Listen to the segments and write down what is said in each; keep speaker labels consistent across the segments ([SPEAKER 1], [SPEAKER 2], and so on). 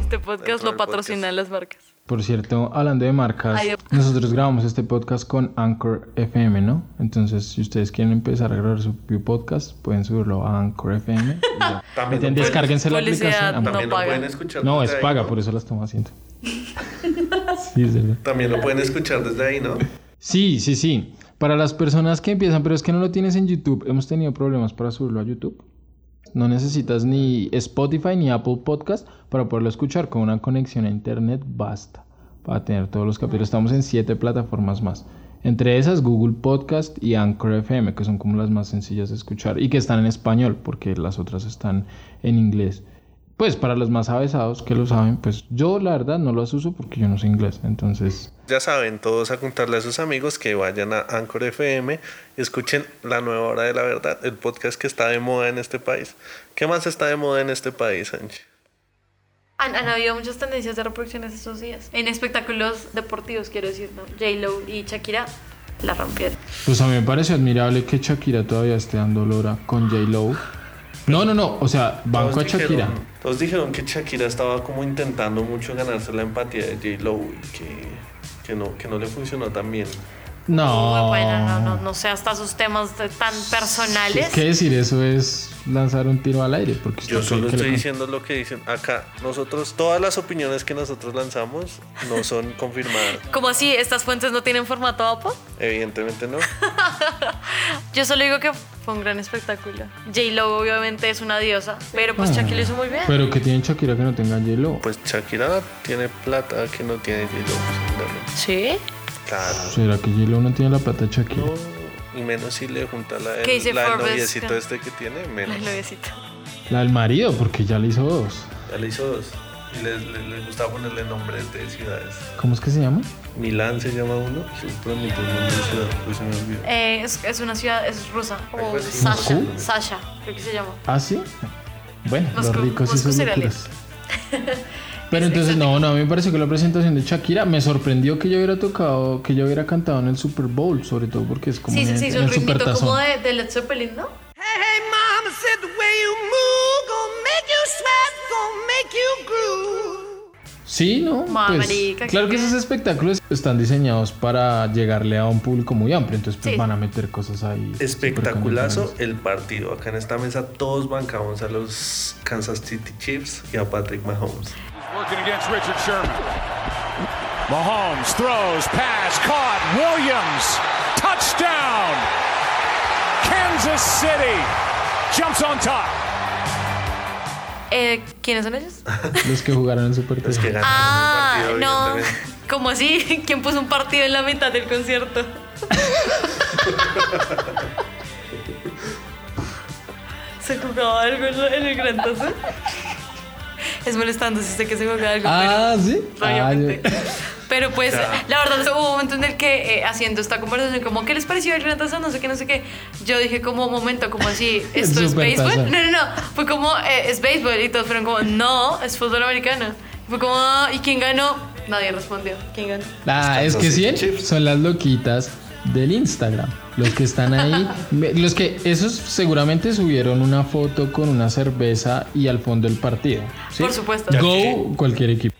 [SPEAKER 1] Este podcast lo patrocinan las marcas.
[SPEAKER 2] Por cierto, hablando de marcas,
[SPEAKER 1] Ay, yo-
[SPEAKER 2] nosotros grabamos este podcast con Anchor FM, ¿no? Entonces, si ustedes quieren empezar a grabar su propio podcast, pueden subirlo a Anchor FM. y ya.
[SPEAKER 3] También
[SPEAKER 2] Meten,
[SPEAKER 3] lo pueden-
[SPEAKER 2] Descárguense la
[SPEAKER 1] Publicidad,
[SPEAKER 2] aplicación. amor.
[SPEAKER 3] También
[SPEAKER 1] No
[SPEAKER 3] lo
[SPEAKER 1] paga.
[SPEAKER 3] pueden escuchar.
[SPEAKER 2] No, es
[SPEAKER 3] desde ahí,
[SPEAKER 2] paga,
[SPEAKER 3] ¿no?
[SPEAKER 2] por eso la estamos haciendo. Sí, es verdad.
[SPEAKER 3] También lo pueden escuchar desde ahí, ¿no?
[SPEAKER 2] Sí, sí, sí. Para las personas que empiezan, pero es que no lo tienes en YouTube. Hemos tenido problemas para subirlo a YouTube. No necesitas ni Spotify ni Apple Podcast para poderlo escuchar. Con una conexión a Internet basta para tener todos los capítulos. Estamos en siete plataformas más. Entre esas, Google Podcast y Anchor FM, que son como las más sencillas de escuchar y que están en español, porque las otras están en inglés. Pues para los más avesados que lo saben, pues yo la verdad no las uso porque yo no sé inglés. Entonces,
[SPEAKER 3] Ya saben, todos a contarle a sus amigos que vayan a Anchor FM, escuchen La Nueva Hora de la Verdad, el podcast que está de moda en este país. ¿Qué más está de moda en este país, Angie?
[SPEAKER 1] Han, han habido muchas tendencias de reproducciones estos días. En espectáculos deportivos, quiero decir, ¿no? J-Lo y Shakira la rompieron.
[SPEAKER 2] Pues a mí me parece admirable que Shakira todavía esté dando lora con J. Lowe. No, no, no. O sea, banco a
[SPEAKER 3] Todos
[SPEAKER 2] Shakira.
[SPEAKER 3] dijeron- Todos dijeron que Shakira estaba como intentando mucho ganarse la empatía de J-Lo y que, que, no, que no le funcionó tan bien.
[SPEAKER 2] No.
[SPEAKER 1] Muy buena, no, no, no sé, hasta sus temas de- tan personales.
[SPEAKER 2] ¿Qué decir? Eso es lanzar un tiro al aire. Porque
[SPEAKER 3] Yo
[SPEAKER 2] usted
[SPEAKER 3] solo
[SPEAKER 2] cree que
[SPEAKER 3] estoy
[SPEAKER 2] le-
[SPEAKER 3] diciendo lo que dicen acá. Nosotros, todas las opiniones que nosotros lanzamos no son confirmadas.
[SPEAKER 1] ¿Cómo así? ¿Estas fuentes no tienen formato APA?
[SPEAKER 3] Evidentemente no.
[SPEAKER 1] Yo solo digo que fue un gran espectáculo. J-Lo obviamente es una diosa, pero pues Shakira lo hizo muy bien.
[SPEAKER 2] Pero que tiene Shakira que no tenga J. Lowe.
[SPEAKER 3] Pues Shakira tiene plata que no tiene J-Lo. seguramente.
[SPEAKER 1] ¿Sí?
[SPEAKER 3] Claro.
[SPEAKER 2] ¿Será que J. Lowe no tiene la plata de Shakira?
[SPEAKER 3] No, y menos si le junta la
[SPEAKER 1] ¿Qué dice
[SPEAKER 3] del la del
[SPEAKER 1] Forbes?
[SPEAKER 3] noviecito este que tiene, menos.
[SPEAKER 1] Lo besito.
[SPEAKER 2] La del marido, porque ya le hizo dos.
[SPEAKER 3] Ya le hizo dos. Y le, le- le gusta ponerle nombres de ciudades.
[SPEAKER 2] ¿Cómo es que se llama?
[SPEAKER 3] Milán se llama uno. y Yo prometo el nombre de ciudad, pues se me olvidó.
[SPEAKER 1] Eh, es, es una ciudad, es rusa.
[SPEAKER 3] Algo
[SPEAKER 1] O
[SPEAKER 3] así.
[SPEAKER 1] Sasha,
[SPEAKER 2] ¿Moscú?
[SPEAKER 1] Sasha, creo que se llama.
[SPEAKER 2] ¿Ah, sí? Bueno,
[SPEAKER 1] Moscú-
[SPEAKER 2] los ricos y
[SPEAKER 1] Moscú
[SPEAKER 2] sus
[SPEAKER 1] cereales.
[SPEAKER 2] locuras. Pero entonces, no, no, a mí me pareció que la presentación de Shakira me sorprendió que yo hubiera tocado, que yo hubiera cantado en el Super Bowl, sobre todo porque es como
[SPEAKER 1] Sí, sí,
[SPEAKER 2] en,
[SPEAKER 1] sí,
[SPEAKER 2] en
[SPEAKER 1] hizo un
[SPEAKER 2] el
[SPEAKER 1] ritmito
[SPEAKER 2] Supertazón.
[SPEAKER 1] como de, de Led Zeppelin, ¿no?
[SPEAKER 4] Hey, hey, mama said the way you move gonna make you sweat, gonna make you groove.
[SPEAKER 2] Sí, ¿no?
[SPEAKER 1] Ma,
[SPEAKER 2] Pues,
[SPEAKER 1] marica,
[SPEAKER 2] claro que
[SPEAKER 1] qué-
[SPEAKER 2] esos espectáculos están diseñados para llegarle a un público muy amplio, entonces pues
[SPEAKER 1] Sí.
[SPEAKER 2] van a meter cosas ahí.
[SPEAKER 3] Espectaculazo
[SPEAKER 2] supercontemporáneas.
[SPEAKER 3] el partido. Acá en esta mesa todos bancamos a los Kansas City Chiefs y a Patrick Mahomes.
[SPEAKER 5] Working against Richard Sherman. Mahomes throws, pass, caught. Williams, touchdown. Kansas City jumps on top.
[SPEAKER 1] Eh, ¿Quiénes son ellos?
[SPEAKER 2] Los que jugaron en Super
[SPEAKER 3] Los que ganaron
[SPEAKER 1] Ah,
[SPEAKER 3] el partido,
[SPEAKER 1] no.
[SPEAKER 3] evidentemente.
[SPEAKER 1] ¿Cómo así? ¿Quién puso un partido en la mitad del concierto? ¿Se jugaba algo en la- en el Gran Tazón? Es molestando si sé que se jugaba algo.
[SPEAKER 2] Ah, sí.
[SPEAKER 1] pero,
[SPEAKER 2] Ah, yo-
[SPEAKER 1] obviamente. Pero pues,
[SPEAKER 3] Ya.
[SPEAKER 1] la verdad, hubo un momento en el que eh, haciendo esta conversación, como, ¿qué les pareció el Gran Tazón? No sé qué, no sé qué. Yo dije, como, momento, como así,
[SPEAKER 2] El
[SPEAKER 1] ¿esto es
[SPEAKER 2] Super
[SPEAKER 1] béisbol?
[SPEAKER 2] Tazón.
[SPEAKER 1] No, no, no. Fue como, eh, es béisbol. Y todos fueron como, no, es fútbol americano. Fue como, ah, ¿y quién ganó? Nadie respondió. ¿Quién ganó?
[SPEAKER 2] Ah, es que
[SPEAKER 3] Kansas
[SPEAKER 2] sí,
[SPEAKER 3] City Chiefs.
[SPEAKER 2] son las loquitas del Instagram. Los que están ahí, me- los que esos seguramente subieron una foto con una cerveza y al fondo el partido. ¿sí?
[SPEAKER 1] Por supuesto.
[SPEAKER 2] Go cualquier equipo.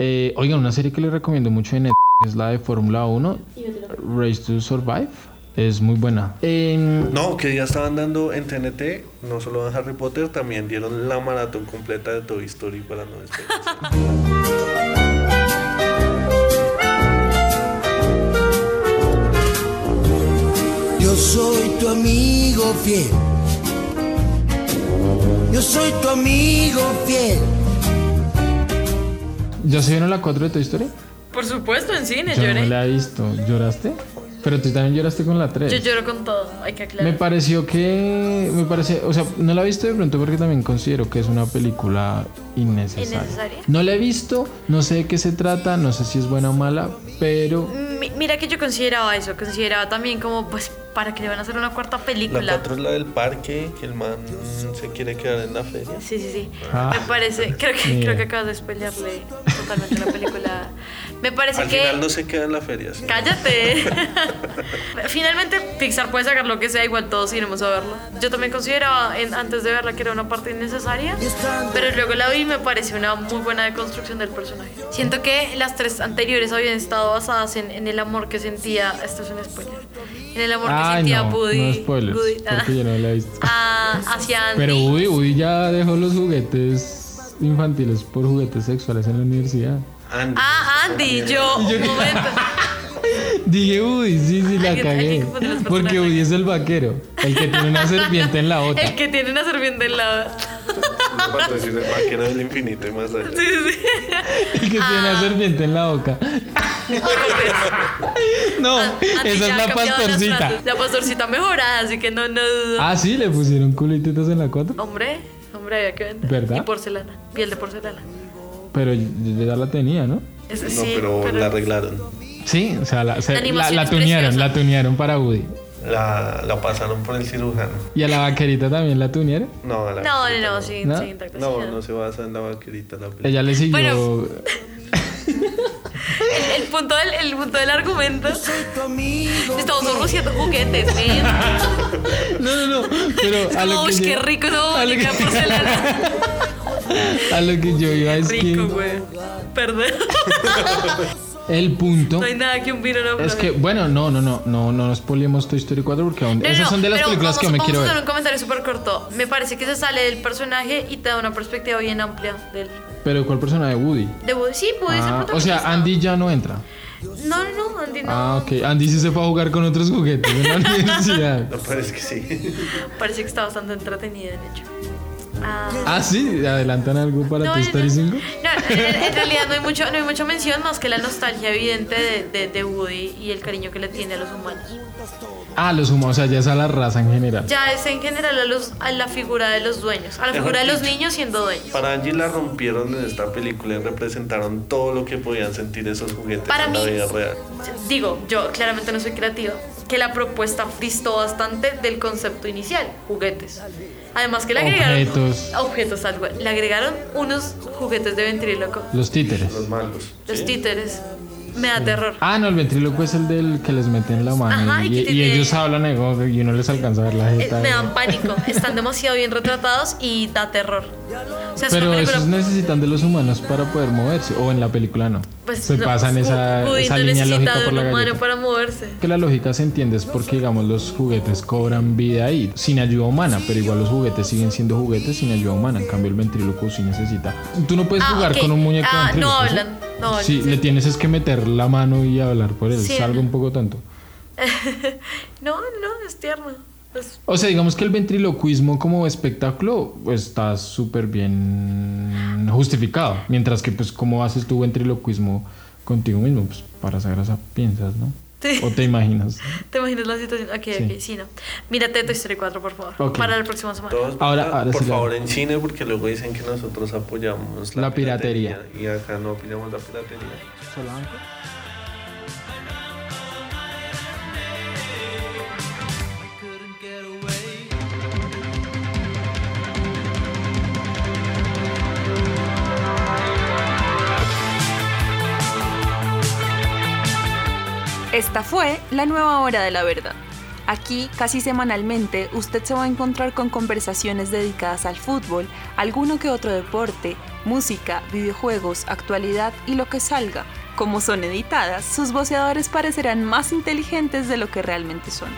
[SPEAKER 2] Eh, oigan, una serie que les recomiendo mucho en Netflix es la de Fórmula 1, Race to Survive. Es muy buena. Em,
[SPEAKER 3] No, que ya estaban dando en TNT, no solo a Harry Potter, también dieron la maratón completa de Toy Story para no despedirse.
[SPEAKER 6] Yo soy tu amigo fiel. Yo soy tu amigo fiel.
[SPEAKER 2] ¿Ya se vieron la 4 de Toy Story?
[SPEAKER 1] Por supuesto, en cine
[SPEAKER 2] Yo no
[SPEAKER 1] lloré.
[SPEAKER 2] la he visto. ¿Lloraste? Pero tú también lloraste con la 3.
[SPEAKER 1] Yo lloro con todo, hay que aclarar.
[SPEAKER 2] Me pareció que. Me parece. O sea, no la he visto de pronto porque también considero que es una película innecesaria.
[SPEAKER 1] ¿Innecesaria?
[SPEAKER 2] No la he visto, no sé de qué se trata, no sé si es buena o mala, pero.
[SPEAKER 1] Mi- Mira que yo consideraba eso, consideraba también como, pues, ¿para que le van a hacer una cuarta
[SPEAKER 3] La
[SPEAKER 1] película?
[SPEAKER 3] cuatro es la del parque, que el man se quiere quedar en la feria.
[SPEAKER 1] Sí, sí, sí.
[SPEAKER 2] Ah.
[SPEAKER 1] Me parece, creo que,
[SPEAKER 2] Mira.
[SPEAKER 1] creo que acabas de spoilearle. totalmente la película. Me parece
[SPEAKER 3] Al
[SPEAKER 1] que.
[SPEAKER 3] final no se queda en la feria. sí.
[SPEAKER 1] ¡Cállate! Finalmente, Pixar puede sacar lo que sea, igual todos iremos a verlo. Yo también consideraba en- antes de verla que era una parte innecesaria, pero luego la vi y me pareció una muy buena deconstrucción del personaje. Siento que las tres anteriores habían estado basadas en, en el amor que sentía. Esto es un spoiler. En el amor que
[SPEAKER 2] Ay,
[SPEAKER 1] sentía
[SPEAKER 2] no,
[SPEAKER 1] Woody.
[SPEAKER 2] no spoilers,
[SPEAKER 1] Woody-
[SPEAKER 2] porque yo no la he visto.
[SPEAKER 1] ah, hacia Andy.
[SPEAKER 2] Pero Woody, Woody ya dejó los juguetes infantiles por juguetes sexuales en la universidad.
[SPEAKER 3] Andy.
[SPEAKER 1] Ah, Andy, yo. Un momento.
[SPEAKER 2] Dije Woody, sí, sí, la
[SPEAKER 1] Ay, que- ay,
[SPEAKER 2] cagué.
[SPEAKER 1] que confundir los
[SPEAKER 2] Porque
[SPEAKER 1] personajes.
[SPEAKER 2] Woody es el vaquero, el que tiene una serpiente en la bota.
[SPEAKER 1] El que tiene una serpiente en la.
[SPEAKER 3] Para decir pues, el vaquero del infinito y más allá.
[SPEAKER 1] Sí, sí, sí.
[SPEAKER 2] El que tiene
[SPEAKER 1] Ah.
[SPEAKER 2] una serpiente en la boca. No,
[SPEAKER 1] Andy
[SPEAKER 2] esa
[SPEAKER 1] Ah, ya
[SPEAKER 2] es
[SPEAKER 1] ha
[SPEAKER 2] la
[SPEAKER 1] cambiado las
[SPEAKER 2] pastorcita.
[SPEAKER 1] frases. La pastorcita mejorada, así que no, no dudo.
[SPEAKER 2] Ah, sí, le pusieron culo y tetas en la cuota.
[SPEAKER 1] Hombre, hombre, había que vender.
[SPEAKER 2] ¿Verdad?
[SPEAKER 1] Y porcelana, piel de porcelana.
[SPEAKER 2] Pero yo ya la tenía, ¿no?
[SPEAKER 1] Es-
[SPEAKER 3] No,
[SPEAKER 1] sí,
[SPEAKER 3] pero, la arreglaron.
[SPEAKER 2] Sí, o sea, la, se-
[SPEAKER 1] La
[SPEAKER 2] la,
[SPEAKER 1] animación
[SPEAKER 2] la
[SPEAKER 1] es
[SPEAKER 2] tunearon,
[SPEAKER 1] preciosa.
[SPEAKER 2] la tunearon para Woody.
[SPEAKER 3] La, la pasaron por el cirujano.
[SPEAKER 2] Y a la vaquerita también la tunearon.
[SPEAKER 3] No, a la
[SPEAKER 1] No, no,
[SPEAKER 3] vaquerita
[SPEAKER 1] no, sí,
[SPEAKER 2] ¿No?
[SPEAKER 1] sí, intacto.
[SPEAKER 3] No,
[SPEAKER 1] sí,
[SPEAKER 3] no se basa en la vaquerita la película.
[SPEAKER 2] Ella le siguió.
[SPEAKER 1] Bueno. El, el punto del, el punto del argumento. Estamos ofreciendo juguetes, ¿eh?
[SPEAKER 2] No, no, no. Pero a lo
[SPEAKER 1] Uy,
[SPEAKER 2] que
[SPEAKER 1] qué
[SPEAKER 2] yo-
[SPEAKER 1] rico, no,
[SPEAKER 2] a lo
[SPEAKER 1] Mónica,
[SPEAKER 2] que-
[SPEAKER 1] porcelana.
[SPEAKER 2] A lo que yo iba es que
[SPEAKER 1] Rico, güey. Perdón.
[SPEAKER 2] el punto
[SPEAKER 1] No hay nada que un vino no
[SPEAKER 2] es que, bueno, no, no, no, no, no nos poliemos Toy Story 4 porque aún-
[SPEAKER 1] No,
[SPEAKER 2] esas
[SPEAKER 1] no,
[SPEAKER 2] son de las
[SPEAKER 1] pero
[SPEAKER 2] películas
[SPEAKER 1] vamos-
[SPEAKER 2] que yo me quiero
[SPEAKER 1] Vamos a
[SPEAKER 2] ver.
[SPEAKER 1] hacer un comentario súper corto. Me parece que se sale del personaje y te da una perspectiva bien amplia del.
[SPEAKER 2] Pero ¿cuál personaje? Woody.
[SPEAKER 1] De Woody. Sí, puede
[SPEAKER 2] Ah,
[SPEAKER 1] ser
[SPEAKER 2] o sea, Andy ya no entra.
[SPEAKER 1] No, no, no, Andy, no.
[SPEAKER 2] Ah, ok. Andy sí se fue a jugar con otros juguetes en la universidad.
[SPEAKER 3] No, pero es que sí.
[SPEAKER 1] Parece que está bastante entretenida, de hecho. Ah.
[SPEAKER 2] Ah, sí, adelantan algo para
[SPEAKER 1] No,
[SPEAKER 2] Toy
[SPEAKER 1] no,
[SPEAKER 2] Story 5.
[SPEAKER 1] no, en, en realidad no hay, mucho, no hay mucha mención más que la nostalgia evidente de, de- de Woody y el cariño que le tiene a los humanos.
[SPEAKER 2] Ah, los humanos, o sea, ya es a la raza en general.
[SPEAKER 1] Ya es en general a, los, a la figura de los dueños, a la figura de los niños siendo dueños.
[SPEAKER 3] Para Angie la rompieron en esta película y representaron todo lo que podían sentir esos juguetes
[SPEAKER 1] Para
[SPEAKER 3] en
[SPEAKER 1] mí,
[SPEAKER 3] la vida real.
[SPEAKER 1] digo, yo claramente no soy creativa, que la propuesta distó bastante del concepto inicial, juguetes. Además que le agregaron
[SPEAKER 2] Objetos.
[SPEAKER 1] objetos al jue- le agregaron unos juguetes de ventríloco,
[SPEAKER 2] Los títeres.
[SPEAKER 3] Los malos.
[SPEAKER 1] los títeres. Me da terror.
[SPEAKER 2] Ah, no, el ventriloquio es el del que les meten la mano
[SPEAKER 1] Ajá, y
[SPEAKER 2] y,
[SPEAKER 1] que
[SPEAKER 2] y
[SPEAKER 1] tiene-
[SPEAKER 2] ellos hablan y como que- y no les alcanza a ver la
[SPEAKER 1] Eh,
[SPEAKER 2] jeta.
[SPEAKER 1] Me dan pánico. Están demasiado bien retratados y da terror. O sea, es una
[SPEAKER 2] Pero
[SPEAKER 1] película.
[SPEAKER 2] esos necesitan de los humanos para poder moverse. O en la película no.
[SPEAKER 1] pues,
[SPEAKER 2] Se
[SPEAKER 1] no,
[SPEAKER 2] pasan esa,
[SPEAKER 1] Woody
[SPEAKER 2] esa
[SPEAKER 1] no
[SPEAKER 2] línea
[SPEAKER 1] necesita
[SPEAKER 2] lógica
[SPEAKER 1] de
[SPEAKER 2] por la
[SPEAKER 1] un humano
[SPEAKER 2] galleta.
[SPEAKER 1] para moverse.
[SPEAKER 2] Que la lógica se entiende es porque, digamos, los juguetes cobran vida ahí sin ayuda humana, pero igual los juguetes siguen siendo juguetes sin ayuda humana. En cambio, el ventríloco sí necesita. Tú no puedes
[SPEAKER 1] Ah,
[SPEAKER 2] jugar
[SPEAKER 1] ok.
[SPEAKER 2] con un muñeco
[SPEAKER 1] Ah, no
[SPEAKER 2] ventríloco, ¿sí?
[SPEAKER 1] hablan, no hablan,
[SPEAKER 2] Sí,
[SPEAKER 1] sí.
[SPEAKER 2] le tienes es que meter la mano y hablar por él.
[SPEAKER 1] Sí.
[SPEAKER 2] Es algo un poco tanto.
[SPEAKER 1] no, no, es tierno. Es-
[SPEAKER 2] O sea, digamos que el ventriloquismo como espectáculo está súper bien justificado. Mientras que, pues, ¿cómo haces tu ventriloquismo contigo mismo? Pues, para esa grasa piensas, ¿no?
[SPEAKER 1] Sí.
[SPEAKER 2] O te imaginas.
[SPEAKER 1] ¿Te imaginas la situación? Ok,
[SPEAKER 2] Sí.
[SPEAKER 1] ok, sí, no. Mírate Toy Story 4, por favor.
[SPEAKER 2] Ok.
[SPEAKER 1] Para la próxima semana.
[SPEAKER 3] Todos,
[SPEAKER 2] Ahora-
[SPEAKER 3] ¿verdad?
[SPEAKER 2] ahora
[SPEAKER 3] por
[SPEAKER 2] sí la-
[SPEAKER 3] favor, en cine, porque luego dicen que nosotros apoyamos la,
[SPEAKER 2] La piratería.
[SPEAKER 3] piratería. Y acá no apoyamos la piratería.
[SPEAKER 7] Esta fue la nueva hora de la verdad. Aquí, casi semanalmente, usted se va a encontrar con conversaciones dedicadas al fútbol, alguno que otro deporte, música, videojuegos, actualidad y lo que salga. Como son editadas, sus voceadores parecerán más inteligentes de lo que realmente son.